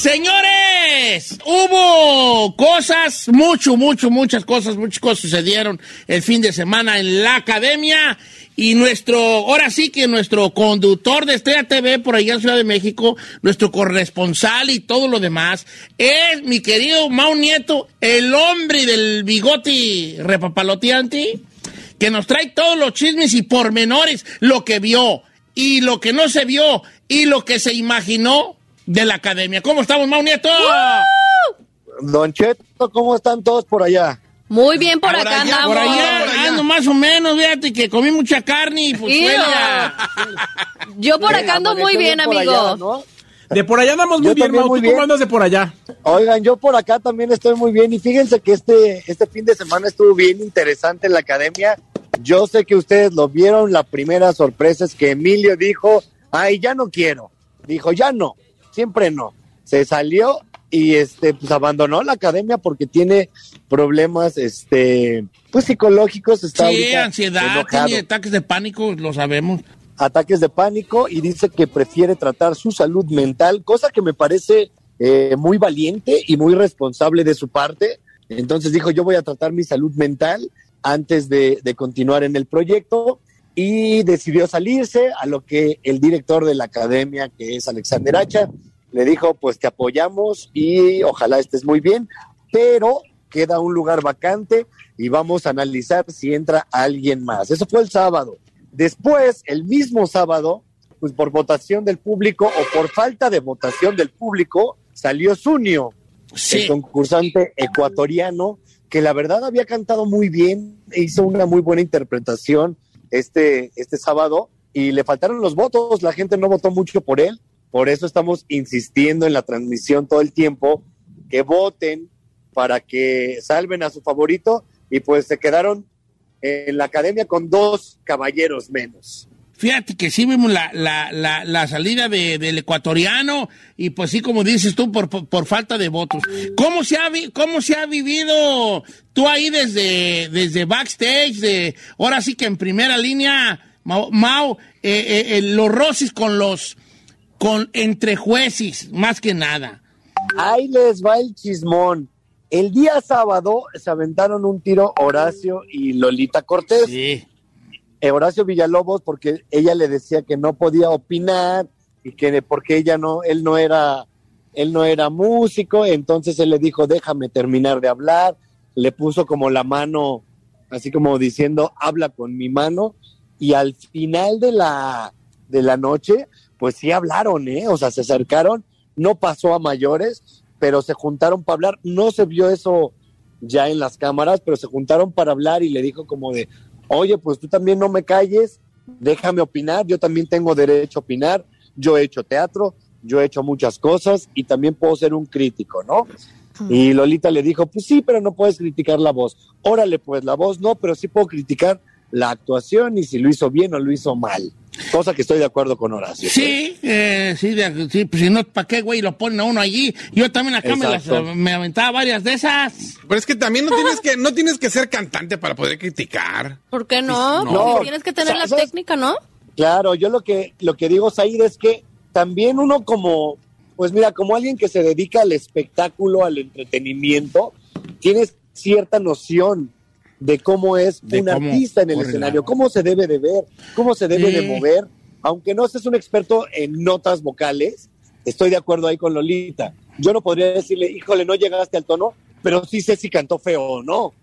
Señores, hubo cosas, mucho, mucho, muchas cosas, muchas cosas sucedieron el fin de semana en la academia y nuestro, ahora sí que nuestro conductor de Estrella TV por allá en Ciudad de México, nuestro corresponsal y todo lo demás, es mi querido Mau Nieto, el hombre del bigote repapaloteante, que nos trae todos los chismes y pormenores, lo que vio y lo que no se vio y lo que se imaginó de la academia. ¿Cómo estamos, Mau Nieto?
¡Uh!
Don Cheto, ¿cómo están todos por allá?
Muy bien por,
Por
acá
allá,
andamos.
Por allá,
por allá.
ando más o menos, fíjate que comí mucha carne y pues
Ew.
huele a-
Yo por acá ando muy
Amaneció
bien,
por
amigo.
allá, ¿no?
De por allá andamos muy
Yo
bien,
también
Mau.
muy
¿Tú cómo
bien.
andas de por allá?
Oigan, yo por acá también estoy muy bien y fíjense que este, este fin de semana estuvo bien interesante en la academia. Yo sé que ustedes lo vieron, la primera sorpresa es que Emilio dijo, ay, ya no quiero. Dijo, ya no, siempre no. Se salió y este, pues abandonó la academia porque tiene problemas este, pues psicológicos. Está
Sí,
ahorita
ansiedad,
enojado.
tiene ataques de pánico, lo sabemos.
ataques de pánico y dice que prefiere tratar su salud mental, cosa que me parece eh, muy valiente y muy responsable de su parte. Entonces dijo, yo voy a tratar mi salud mental antes de, de continuar en el proyecto y decidió salirse, a lo que el director de la academia, que es Alexander Hacha, le dijo, pues te apoyamos y ojalá estés muy bien, pero queda un lugar vacante y vamos a analizar si entra alguien más. Eso fue el sábado. Después, el mismo sábado, pues por votación del público o por falta de votación del público, salió Sunio, el concursante ecuatoriano, que la verdad había cantado muy bien, hizo una muy buena interpretación este, este sábado y le faltaron los votos, la gente no votó mucho por él, por eso estamos insistiendo en la transmisión todo el tiempo, que voten para que salven a su favorito y pues se quedaron en la academia con dos caballeros menos.
Fíjate que sí vimos la, la, la, la salida de- del ecuatoriano y pues sí, como dices tú, por, por, por falta de votos. ¿Cómo se ha, vi- cómo se ha vivido tú ahí desde, desde backstage, de, ahora sí que en primera línea, Mau, Mau, eh, eh, eh, los roces con los, con, entre jueces, más que nada?
Ahí les va el chismón. El día sábado se aventaron un tiro Horacio y Lolita Cortés. Eh, Horacio Villalobos porque ella le decía que no podía opinar y que de- porque ella no, él no era, él no era músico, entonces él le dijo déjame terminar de hablar, le puso como la mano, así como diciendo habla con mi mano y al final de la de la noche, pues sí hablaron, ¿eh? o sea se acercaron, no pasó a mayores, pero se juntaron para hablar, no se vio eso ya en las cámaras, pero se juntaron para hablar y le dijo como de, oye, pues tú también no me calles, déjame opinar, yo también tengo derecho a opinar, yo he hecho teatro, yo he hecho muchas cosas y también puedo ser un crítico, ¿no? Y Lolita le dijo, pues sí, pero no puedes criticar la voz. Órale, pues la voz no, pero sí puedo criticar la actuación y si lo hizo bien o lo hizo mal. Cosa que estoy de acuerdo con Horacio.
Sí, eh, sí, de- sí, pues si no, ¿para qué, güey? Lo ponen a uno allí. Yo también acá me, las,
Exacto.
me aventaba varias de esas.
Pero es que también no tienes que, no tienes que ser cantante para poder criticar.
¿Por qué no?
No.
Porque Tienes que tener la
¿Sabes?
técnica, ¿no?
Claro, yo lo que, lo que digo, Said, es que también uno como, pues mira, como alguien que se dedica al espectáculo, al entretenimiento, tienes cierta noción de cómo es un
cómo
artista en el
corre la
escenario, cómo se debe de ver, cómo se debe
Sí.
de mover. Aunque no seas un experto en notas vocales, estoy de acuerdo ahí con Lolita. Yo no podría decirle, híjole, no llegaste al tono, pero sí sé si cantó feo o no.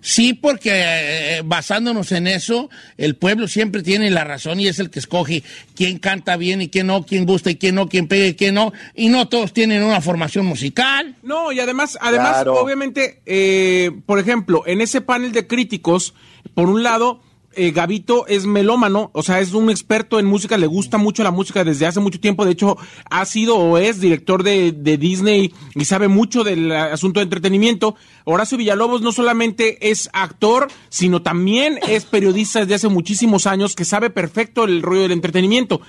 Sí, porque eh, basándonos en eso, el pueblo siempre tiene la razón y es el que escoge quién canta bien y quién no, quién gusta y quién no, quién pega y quién no. Y no todos tienen una formación musical.
No, y además, además
Claro.
obviamente, eh, por ejemplo, en ese panel de críticos, por un lado, eh, Gavito es melómano, o sea, es un experto en música, le gusta mucho la música desde hace mucho tiempo, de hecho, ha sido o es director de, de Disney y sabe mucho del ah, asunto de entretenimiento. Horacio Villalobos no solamente es actor, sino también es periodista desde hace muchísimos años que sabe perfecto el rollo del entretenimiento.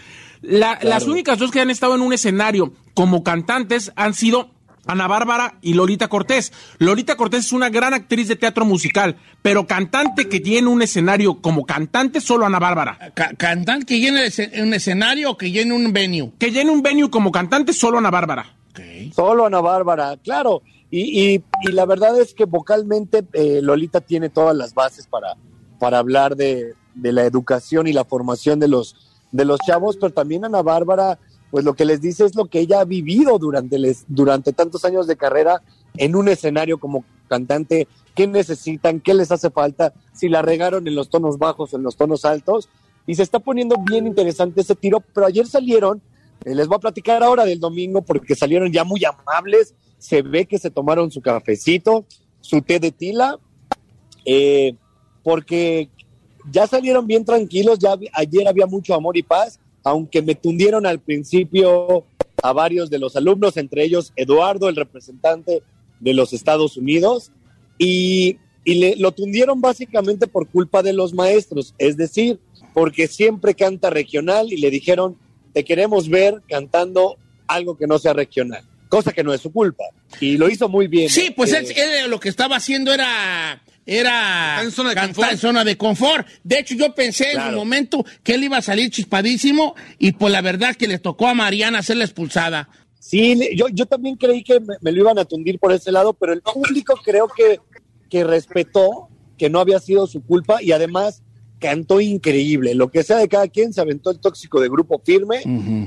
La-
Claro.
Las únicas dos que han estado en un escenario como cantantes han sido Ana Bárbara y Lolita Cortés. Lolita Cortés es una gran actriz de teatro musical, pero cantante que tiene un escenario como cantante solo Ana Bárbara.
cantante que llene un escenario o que llene un venue.
Que llene un venue como cantante solo Ana Bárbara.
Solo Ana Bárbara, claro. Y, y- y la verdad es que vocalmente eh, Lolita tiene todas las bases para, para hablar de, de la educación y la formación de los, de los chavos, pero también Ana Bárbara, pues lo que les dice es lo que ella ha vivido durante, les, durante tantos años de carrera en un escenario como cantante, qué necesitan, qué les hace falta, si la regaron en los tonos bajos o en los tonos altos. Y se está poniendo bien interesante ese tiro, pero ayer salieron eh, Les voy a platicar ahora del domingo porque salieron ya muy amables. Se ve que se tomaron su cafecito, su té de tila, eh, porque ya salieron bien tranquilos. Ya vi- ayer había mucho amor y paz, aunque me tundieron al principio a varios de los alumnos, entre ellos Eduardo, el representante de los Estados Unidos, y, y le, lo tundieron básicamente por culpa de los maestros, es decir, porque siempre canta regional y le dijeron, te queremos ver cantando algo que no sea regional, cosa que no es su culpa. Y lo hizo muy bien.
Sí, pues
eh,
él, él lo que estaba haciendo era era en zona, de confort. De hecho, yo pensé en un
Claro.
momento que él iba a salir chispadísimo y pues la verdad que le tocó a Mariana ser la expulsada.
Sí, le- yo, yo también creí que me, me lo iban a tundir por ese lado, pero el público creo que, que respetó que no había sido su culpa y además cantó increíble. Lo que sea de cada quien, se aventó el tóxico de grupo firme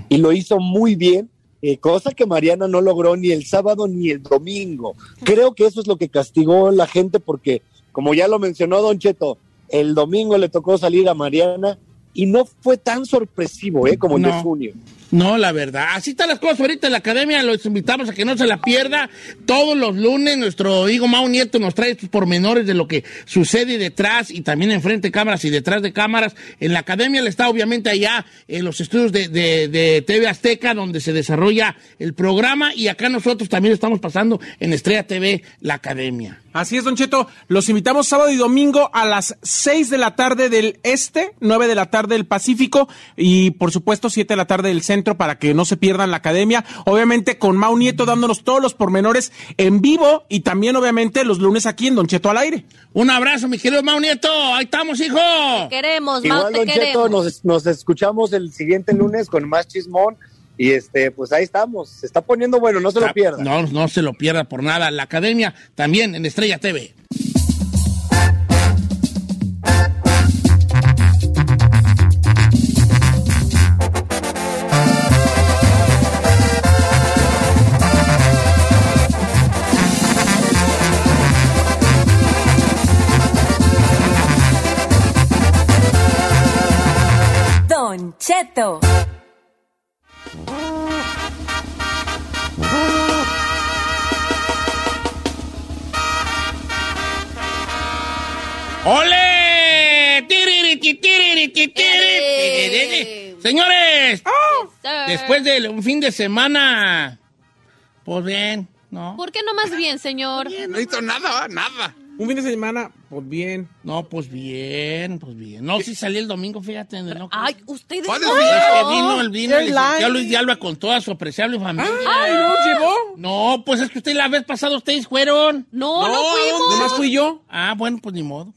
y lo hizo muy bien. eh, cosa que Mariana no logró ni el sábado ni el domingo. Creo que eso es lo que castigó la gente porque, como ya lo mencionó Don Cheto, el domingo le tocó salir a Mariana y no fue tan sorpresivo ¿eh? como el de
No.
junio.
No, la verdad. Así están las cosas ahorita en la academia. Los invitamos a que no se la pierda. Todos los lunes nuestro hijo Mau Nieto nos trae estos pormenores de lo que sucede detrás y también enfrente de cámaras y detrás de cámaras. En la academia él está obviamente allá en los estudios de, de- de TV Azteca donde se desarrolla el programa y acá nosotros también estamos pasando en Estrella TV la academia.
Así es, Don Cheto. Los invitamos sábado y domingo a las 6 de la tarde del este, 9 de la tarde del Pacífico y, por supuesto, 7 de la tarde del centro para que no se pierdan la academia. Obviamente, con Mau Nieto dándonos todos los pormenores en vivo y también, obviamente, los lunes aquí en Don Cheto al aire.
Un abrazo, mi querido Mau Nieto. Ahí estamos, hijo.
Queremos, Mau,
Igual,
te
Don Cheto,
queremos.
nos, nos escuchamos el siguiente lunes con más chismón y este, pues ahí estamos. Se está poniendo bueno, no se lo pierdan.
No, no se lo pierda por nada. La academia también en Estrella TV.
Don Cheto.
¡Ole! Tiririti, tiririti, tiririti. Señores,
Ah.
después de un fin de semana, pues bien, ¿no?
¿Por qué no más bien, señor?
No hizo nada, nada.
Un fin de semana, pues bien.
No, pues bien, pues bien. No, si salí el domingo, fíjate. en el- No,
Ay, ustedes.
Es
¡Ay!
que vino el vino
Qué
el licenciado
light.
Luis de Alba con toda su apreciable familia.
Ay, ¿no
llevó?
No, pues es que usted la vez pasada ustedes fueron.
No, no fuimos.
Nomás fui yo.
Ah, bueno, pues ni modo.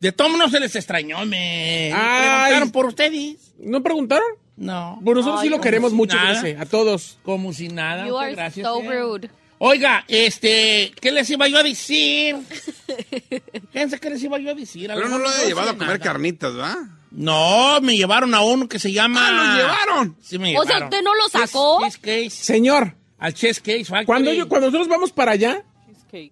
De todo no se les extrañó, me.
Ay.
Preguntaron por ustedes.
¿No preguntaron?
No.
Por nosotros sí lo queremos mucho, fíjese, a todos.
Como si nada.
You
muchas
are
gracias.
so
eh.
rude.
Oiga, este, ¿qué les iba yo a decir? Fíjense qué les iba yo a decir.
Pero no lo he llevado a comer carnitas, ¿verdad?
No, me llevaron a uno que se llama.
¡Ah, lo llevaron!
Sí, me
O sea,
llevaron.
¿usted no lo sacó?
Cheese- cheesecake.
Señor,
Al Cheesecake Factory.
cuando, yo, cuando nosotros vamos para allá,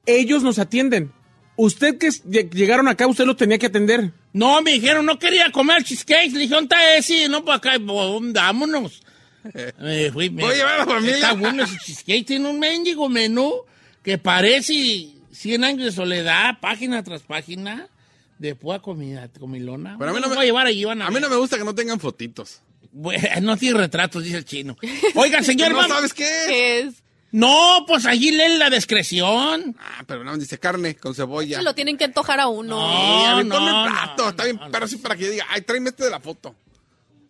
ellos nos atienden. Usted que es- lleg- llegaron acá, usted los tenía que atender.
No, me dijeron, no quería comer cheesecake. Le dije, ¿dónde ese? No, pues acá, pues, vámonos. Me fui, me-
Voy a llevar a la familia.
Está bueno ese cheesecake. Tiene un mendigo menú que parece 100 años de soledad, página tras página, de pura comida, comilona.
Pero a mí no
Los
me-
voy a llevar allí, van a
A mí
ver.
no me gusta que no tengan fotitos.
Bueno, no tiene retratos, dice el chino. Oiga, señor,
¿No
vamos-
sabes qué?
¿Qué es?
No, pues allí leen la discreción.
Ah, pero no, dice carne con cebolla.
Se lo tienen que antojar a uno.
No,
Sí, a mí
no,
ponme el
no,
plato. Está bien,
no,
pero
no.
sí para que yo diga, ay, tráeme este de la foto.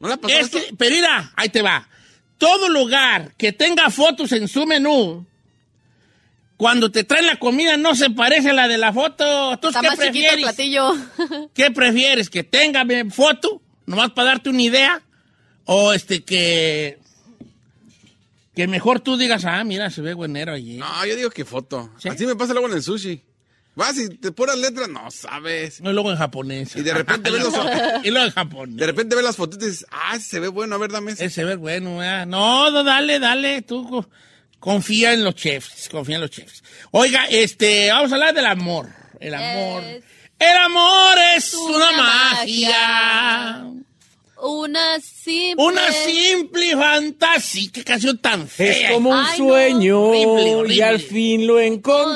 ¿No la pasó
Es
esto?
que, Perida, ahí te va. Todo lugar que tenga fotos en su menú, cuando te traen la comida no se parece a la de la foto. ¿Tú
Está
qué
más chiquito el
prefieres?
platillo.
¿Qué prefieres? ¿Que tenga bien foto? Nomás para darte una idea. O este que. Que mejor tú digas, ah, mira, se ve buenero allí.
No, Ah, yo digo que foto.
¿Sí?
Así me pasa luego en el sushi. Vas y te puras letras, no sabes.
No, y luego en japonés.
Y de repente ves los-
Y luego en japonés.
De repente ves las fotitas y dices, ah, se ve bueno, a ver, dame ese.
Ese ve bueno, ¿verdad? No, no, dale, dale, tú co- confía en los chefs, confía en los chefs. Oiga, este, vamos a hablar del amor, el amor.
Es-
El amor es una,
Una
magia,
magia. Una simple.
una simple fantasía. Qué canción tan fea.
Es como un
Ay, no.
sueño
Horrible, Eh, horrible.
y al fin lo encontré.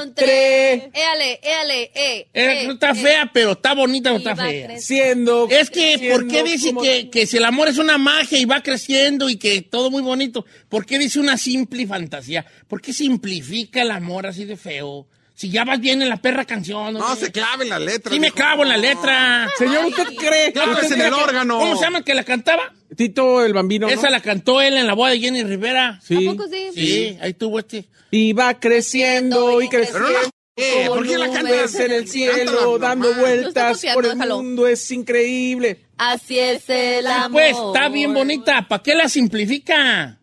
Encontré. Éale, éale, eh.
Eh,
eh,
no está
eh.
fea, pero está bonita, no está
Y va
fea.
creciendo.
Siendo
Es que, ¿por qué
siendo
dice
como-
que, que si el amor es una magia y va creciendo y que todo muy bonito? ¿Por qué dice una simple fantasía? ¿Por qué simplifica el amor así de feo? Si ya vas bien en la perra canción.
No, se clave en la letra.
Sí me
mijo.
clavo en la
No.
letra.
Señor, ¿usted cree?
Claves
¿Usted
en
cree
el
que-
órgano.
¿Cómo se llama el que la cantaba?
Tito el Bambino, ¿no?
Esa la cantó él en la boda de Jenny
¿A
Rivera.
Sí.
poco sí?
Sí, ahí tuvo este.
Y va creciendo y creciendo.
Pero no la... Eh, ¿Por qué la
Volumen.
cantas?
Nubes en el cielo,
Cántala
dando
normal.
vueltas
Yo estoy
por el
confiando, déjalo.
mundo, es increíble.
Así es el
Sí,
amor.
pues, está bien bonita. ¿Para qué la simplifica?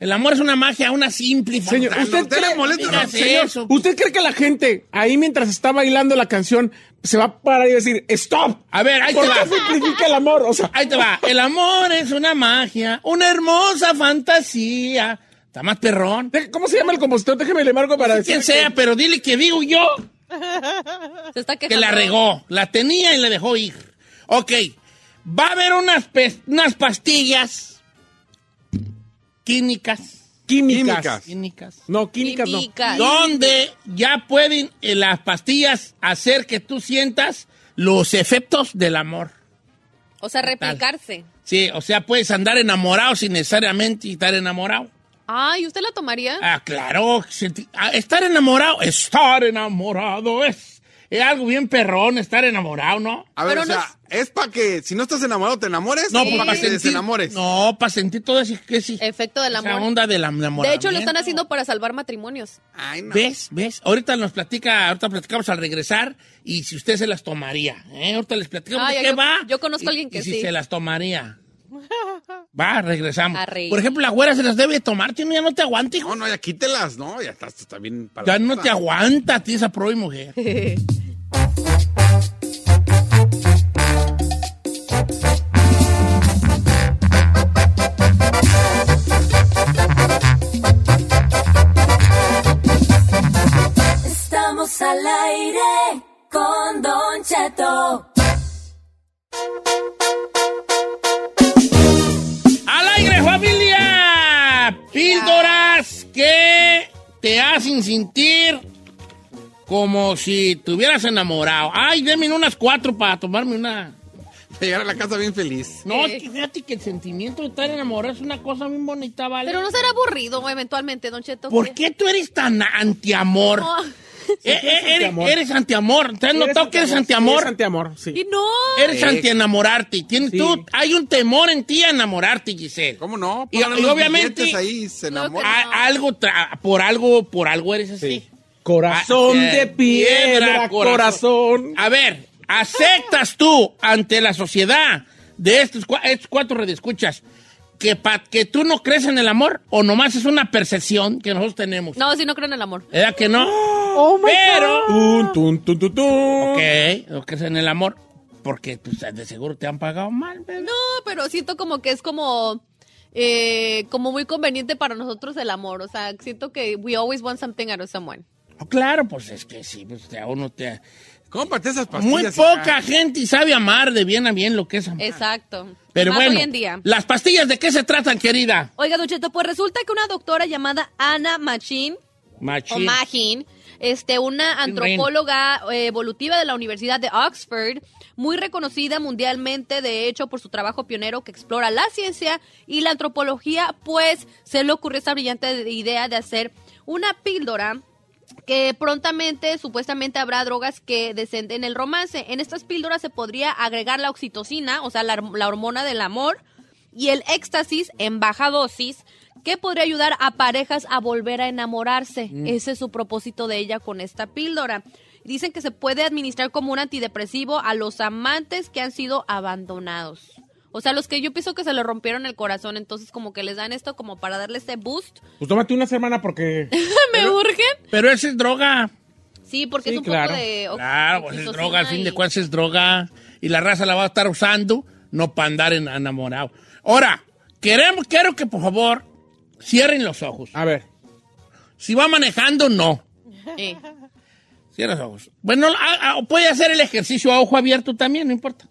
El amor es una magia, una simple
Señor,
fantasía.
¿usted
No te
cree-
molestes,
Digas
no,
Señor,
eso. pues.
¿usted cree que la gente ahí mientras está bailando la canción se va a parar y decir, stop?
A ver, ahí te
¿Por
va.
qué simplifica el amor? O sea,
Ahí te va. El amor es una magia, una hermosa fantasía. Está más perrón.
¿Cómo se llama el compositor? Déjeme le marco para
Quien
decirle
sea,
que-
pero dile que digo yo
Se está
que
quejando.
la regó. La tenía y la dejó ir. Ok. Va a haber unas, pes- unas pastillas químicas.
Químicas.
Químicas.
No, químicas,
Químicas.
Donde ya pueden eh, las pastillas hacer que tú sientas los efectos del amor.
O sea, replicarse.
Sí, o sea, puedes andar enamorado sin necesariamente estar enamorado.
Ay, ¿usted la tomaría?
Ah, claro. senti- ah, Estar enamorado, estar enamorado es, es algo bien perrón, estar enamorado, ¿no?
A ver,
Pero
o
no
sea, es, para que si no estás enamorado, te enamores.
No,
o
pues,
para
para
que te
sentir.
desenamores.
No, para sentir todo ese, que ese-
Efecto del
esa
amor.
onda del am-
De
enamoramiento.
hecho, lo están haciendo para salvar matrimonios.
Ay, no.
¿Ves? ¿Ves? Ahorita nos platica, ahorita platicamos al regresar y si usted se las tomaría. ¿eh? Ahorita les platicamos
Ah,
de
ya,
qué
yo-
va.
yo conozco
y-
a alguien que
y si
sí.
se las tomaría. Va, regresamos.
Arre.
Por ejemplo, la güera se las debe tomar, chino, ya no te aguanta, hijo.
No, no, ya quítelas, no, ya estás también para.
Ya no te aguanta a ti esa pro y mujer.
Estamos al aire con Don Cheto.
¡Al aire, familia! Píldoras que te hacen sentir como si tuvieras enamorado. Ay, denme unas cuatro para tomarme una.
Te llegar a la casa bien feliz.
No,
Sí.
es que fíjate que el sentimiento de estar enamorado es una cosa bien bonita, ¿vale?
Pero no será aburrido eventualmente, Don Cheto.
¿Por qué tú eres tan antiamor?
No.
Eh, eh,
eres
eres,
antiamor.
eres antiamor. ¿Te has notado que eres antiamor?
Eres antiamor,
Y
sí.
no.
Eres anti-enamorarte. Tienes-
Sí.
tú- hay un temor en ti a enamorarte, Giselle.
¿Cómo no?
Y-
Póngale
y
unos
obviamente-
billetes ahí, se
No,
enamora.
A-
No.
algo tra- por algo por algo eres así.
Corazón
Ah,
de
eh,
piedra, corazón.
A ver, aceptas tú ante la sociedad de estos, cua- estos cuatro redescuchas que pa- que tú no crees en el amor o nomás es una percepción que nosotros tenemos.
No, si no creo en el amor.
¿Era que no?
Oh,
Oh Pero
Tun, tun, tun, tun, tun.
ok, no crees en el amor porque pues, de seguro te han pagado mal. ¿verdad?
No, pero siento como que es como. eh, como muy conveniente para nosotros el amor. O sea, siento que we always want something out of someone.
Oh, claro, pues es que sí, pues, a uno te
Cómprate esas pastillas.
muy
hija.
poca gente sabe amar de bien a bien lo que es amar.
Exacto.
Pero
Más
bueno,
Hoy en día.
¿las pastillas de qué se tratan, querida?
Oiga, Don Cheto, pues resulta que una doctora llamada Ana Machin o
Machín.
Magin, este, una antropóloga eh, evolutiva de la Universidad de Oxford, muy reconocida mundialmente, de hecho, por su trabajo pionero que explora la ciencia y la antropología, pues se le ocurrió esta brillante idea de hacer una píldora que prontamente supuestamente habrá drogas que descenden el romance. En estas píldoras se podría agregar la oxitocina, o sea, la, horm- la hormona del amor, y el éxtasis en baja dosis, que podría ayudar a parejas a volver a enamorarse.
Mm.
Ese es su propósito de ella con esta píldora. Dicen que se puede administrar como un antidepresivo a los amantes que han sido abandonados. O sea, los que yo pienso que se le rompieron el corazón, entonces como que les dan esto como para darle ese boost.
Pues tómate una semana porque.
¿Me urgen?
Pero esa es droga.
Sí, porque
Sí,
es un
claro.
poco de... ox-
Claro, pues es
oxitocina
droga, al fin de
y-
cuentas es droga. Y la raza la va a estar usando, no para andar en- enamorado. Ahora, queremos, quiero que por favor cierren los ojos.
A ver.
Si va manejando, no.
Eh.
Cierra los ojos. Bueno, a- a- puede hacer el ejercicio a ojo abierto también, no importa.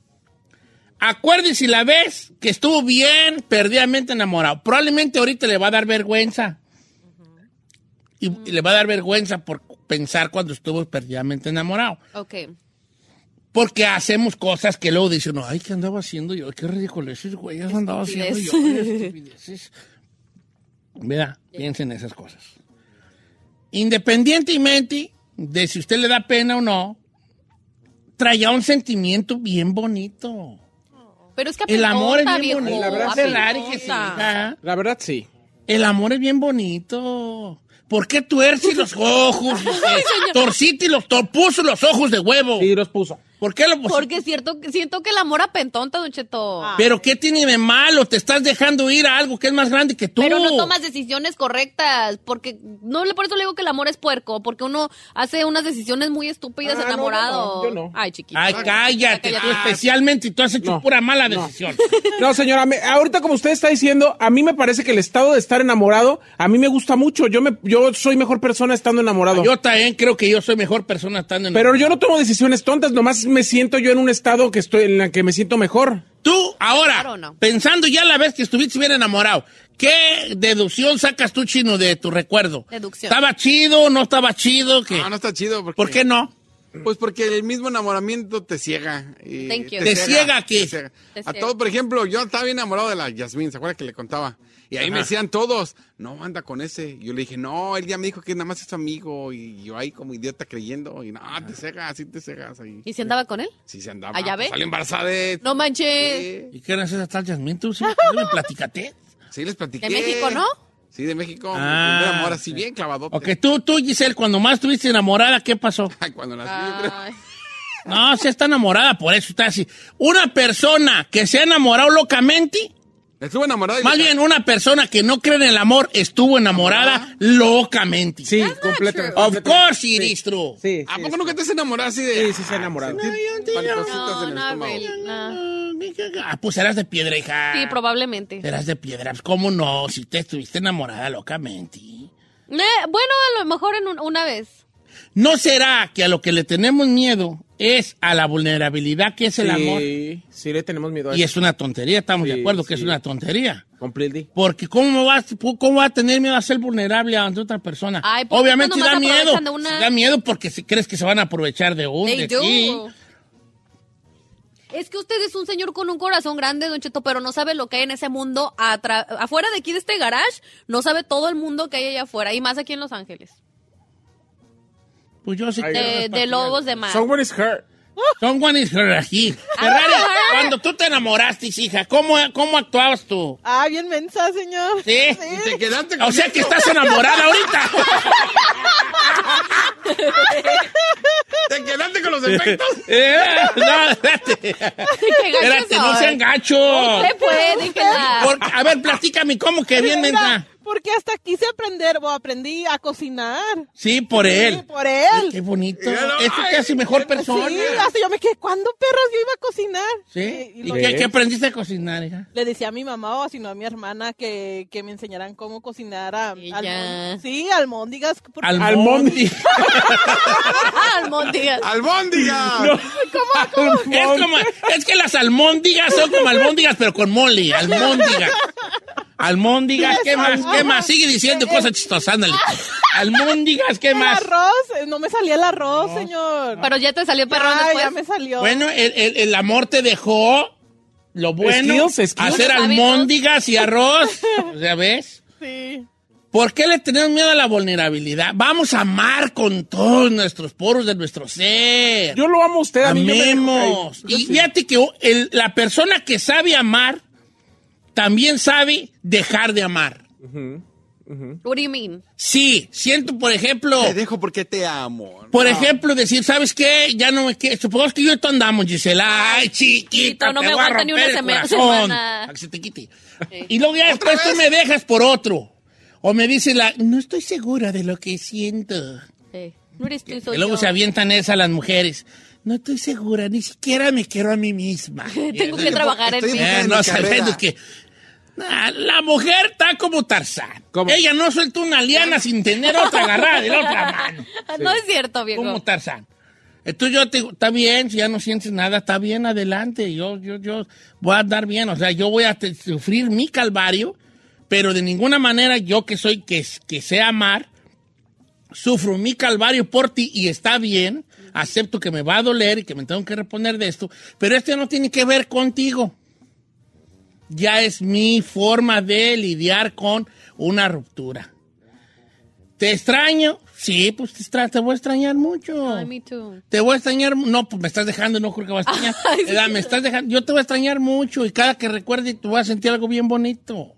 Acuérdese si la ves que estuvo bien perdidamente enamorado. Probablemente ahorita le va a dar vergüenza. Y, y le va a dar vergüenza por pensar cuando estuvo perdidamente enamorado.
Ok.
Porque hacemos cosas que luego dicen, no, ay, ¿qué andaba haciendo yo? Qué ridículo, esos güeyes andaba haciendo yo. Ay, estupideces. Mira, piensen en esas cosas. Independientemente de si usted le da pena o no, traía un sentimiento bien bonito.
Pero es que
El amor es
apretota,
bien bonito.
viejo,
La verdad,
Hace raro que sí,
apretota.
ajá.
La verdad, sí.
El amor es bien bonito. ¿Por qué tuerce los ojos? Torcite los, tor- puso los ojos de huevo.
Pues Sí, Ah. los puso.
¿Por qué lo pusiste?
Porque cierto, siento que el amor a pentonta, Don Cheto.
¿Pero qué tiene de malo? Te estás dejando ir a algo que es más grande que tú.
Pero no tomas decisiones correctas, porque no le- por eso le digo que el amor es puerco, porque uno hace unas decisiones muy estúpidas
Ah, no,
enamorado.
no, no, yo no.
Ay, chiquito.
Ay, cállate, tú especialmente, y tú has hecho pura mala decisión.
No, señora, me- ahorita como usted está diciendo, a mí me parece que el estado de estar enamorado, a mí me gusta mucho. Yo, me, yo soy mejor persona estando enamorado.
Yo también creo que yo soy mejor persona estando en...
Pero yo no tomo decisiones tontas, nomás me siento yo en un estado que estoy, en la que me siento mejor.
Tú, ahora,
Claro, no.
pensando ya la vez que estuviste bien enamorado, ¿qué deducción sacas tú, Chino, de tu recuerdo?
Deducción.
¿Estaba chido? ¿No estaba chido? ¿Qué?
Ah, No, no está chido. Porque,
¿Por qué no?
Pues porque el mismo enamoramiento te ciega. y
Thank you.
¿Te ciega a qué?
te ciega.
Te
A
ciega.
todo, por ejemplo, yo estaba bien enamorado de la Yasmín, ¿se acuerda que le contaba? Y ahí me
Ajá.
decían todos, no, anda con ese. Yo le dije, no, él ya me dijo que nada más es tu amigo. Y yo ahí como idiota creyendo. Y no, te cegas, sí te cegas ahí.
¿Y si andaba con él?
Sí se andaba.
¿Ah, ya
pues,
ve?
Salió embarazada. de-
No manches.
Sí,
¿Y qué eras esa tal Yasmín? ¿Tú sí, me platicaste?
sí, les platiqué.
De México, ¿no?
Sí, de México.
Ah,
mi primer amor, así
sí.
bien clavadote.
Ok, tú, tú, Giselle, cuando más estuviste enamorada, ¿qué pasó?
Ay, cuando nací, yo creo.
Ay.
No, se está enamorada, por eso está así. Una persona que se ha enamorado locamente,
Estuve enamorado. y
más
le-
bien una persona que no cree en el amor, estuvo enamorada locamente.
Sí,
true.
completa.
Of
completa-
course it is true.
Sí,
¿A
sí,
poco nunca te pues, has enamorado así de.?
sí, sí, se ha enamorado.
sentir maripositas
No,
en el
no,
estómago.
really, no.
Ah, pues eras de piedra, hija.
Sí, probablemente.
Eras de piedra. Pues, ¿Cómo no? Si te estuviste enamorada locamente.
Eh, bueno, a lo mejor en un- una vez.
¿No será que a lo que le tenemos miedo es a la vulnerabilidad que es el amor?
Sí, sí, le tenemos miedo a
Y
eso.
es una tontería, estamos de
Sí,
acuerdo que es
sí.
una tontería.
Completely.
Porque ¿cómo vas, cómo va a tener miedo a ser vulnerable ante otra persona?
Ay, ¿por qué
Obviamente
cuando
da
más
miedo.
aprovechan de una-
Da miedo porque si crees que se van a aprovechar de uno,
They
de ti.
do. Es que usted es un señor con un corazón grande, Don Cheto, pero no sabe lo que hay en ese mundo atra- afuera de aquí de este garage. No sabe todo el mundo que hay allá afuera y más aquí en Los Ángeles.
Pues yo sí quiero
De, de
repartir.
lobos de mar.
Someone is hurt.
Someone is aquí. Ferrari, cuando tú te enamoraste, hija, ¿cómo, cómo actuabas tú?
Ah, bien mensa, señor.
¿Sí?
Y te quedaste con
O sea que
eso.
estás enamorada ahorita.
Te quedaste con los efectos.
Eh, no, espérate.
¿Qué gachos
Espérate, no
son?
sean gacho.
Se puede, déjela.
Porque- a ver, platícame, ¿cómo que bien,
Mira,
mensa?
Porque hasta quise aprender, o aprendí a cocinar.
Sí, por
Sí,
él.
por él.
Qué bonito.
Mira, no,
Eso te
ay,
hace mejor persona.
Sí, hasta yo me quedé, ¿cuándo perros yo iba a cocinar? Eh, Y,
¿Sí?
y
¿Y
lo-
qué, qué aprendiste a cocinar, hija?
le decía a mi mamá o si no a mi hermana que, que me enseñaran cómo cocinar a,
Y
almón-
ya.
sí, almóndigas. porque-
Almondi.
Almóndigas.
¡Albóndiga!
Es, como, es que las almóndigas son como almóndigas, pero con mole. Almóndigas. Almóndigas, ¿qué más? ¿Qué más? Sigue diciendo
Eh,
cosas chistosas, ándale. Almóndigas, ¿qué
El
más?
arroz, eh, no me salía el arroz, señor.
Pero ya te salió perrón
ya, ya me
después.
salió.
Bueno, el, el- el amor te dejó lo bueno,
Skills, skills.
hacer
Buenos hábitos.
almóndigas y arroz. O sea, ¿ves?
Sí.
¿Por qué le tenemos miedo a la vulnerabilidad? Vamos a amar con todos nuestros poros de nuestro ser.
Yo lo amo a usted, a mí. yo me-
Amemos.
Ay, yo
Y
sí.
fíjate que el- la persona que sabe amar también sabe dejar de amar.
What do you mean?
Sí, siento, por ejemplo,
Te dejo porque te amo.
por ejemplo, decir, ¿sabes qué? Ya no me que Supongamos que yo y tú andamos, Gisela. Ay, chiquita,
Chiquito, no
te
me
voy a
aguanta ni una
romper el
seme-
corazón.
semana.
A que se te quite.
Sí.
Y luego ya después tú me dejas por otro. O me dice la, no estoy segura de lo que siento.
Sí. No eres tú, soy
Y luego
yo.
se avientan esa las mujeres. No estoy segura, ni siquiera me quiero a mí misma.
Tengo que trabajar en
Estoy
mí.
enfocado.
Eh,
en
no
mi
sabes
carrera.
que. Nah, la mujer está como Tarzán.
¿Cómo?
Ella no suelta una liana sin tener otra agarrada de la otra mano.
No es cierto,
Como
viejo.
Tarzán. Entonces yo te digo, está bien, si ya no sientes nada, está bien, adelante. Yo, yo, yo voy a andar bien. O sea, yo voy a te- sufrir mi calvario, pero de ninguna manera yo que soy, que, que sé amar, sufro mi calvario por ti y está bien. Acepto que me va a doler y que me tengo que reponer de esto, pero esto no tiene que ver contigo. Ya es mi forma de lidiar con una ruptura. ¿Te extraño? Sí, pues te, extra- te voy a extrañar mucho.
Ay, me too.
Te voy a extrañar. No, pues me estás dejando, no creo que vas a extrañar. Edad, me estás dejando. Yo te voy a extrañar mucho y cada que recuerde tú vas a sentir algo bien bonito.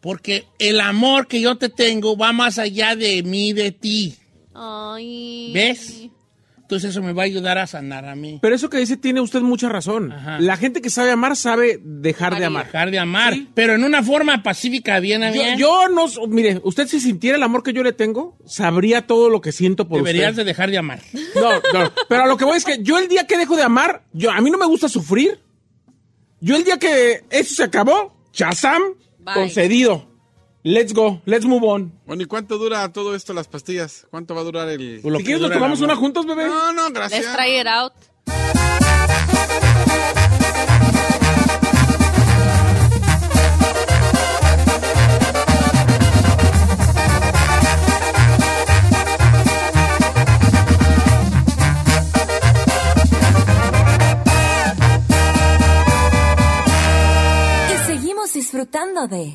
Porque el amor que yo te tengo va más allá de mí, de ti.
Ay.
¿Ves? Entonces eso me va a ayudar a sanar a mí.
Pero eso que dice tiene usted mucha razón. La gente que sabe amar sabe dejar de
Dejar
amar.
Dejar de amar, pero en una forma pacífica, bien a
Yo,
bien.
yo no, so- mire, usted si sintiera el amor que yo le tengo, sabría todo lo que siento por
Deberías de
usted.
dejar de amar.
No, no, pero a lo que voy es que yo el día que dejo de amar, yo a mí no me gusta sufrir. Yo el día que eso se acabó, chazam,
Bye.
concedido. Let's go, let's move on.
Bueno, ¿y cuánto dura todo esto, las pastillas? ¿Cuánto va a durar el...?
lo Si que quieres, dura nos el tomamos amor. una juntos, bebé.
No, no, gracias.
Let's try it out.
Y seguimos disfrutando de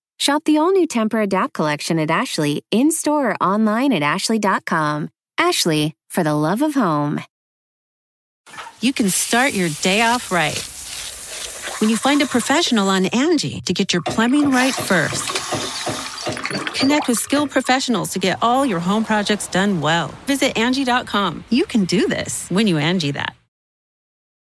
Shop the all new Temper Adapt collection at Ashley in store or online at ashley.com. Ashley, for the love of home.
you can start your day off right. When you find a professional on Angie to get your plumbing right first, connect with skilled professionals to get all your home projects done well. Visit Angie.com. You can do this when you Angie that.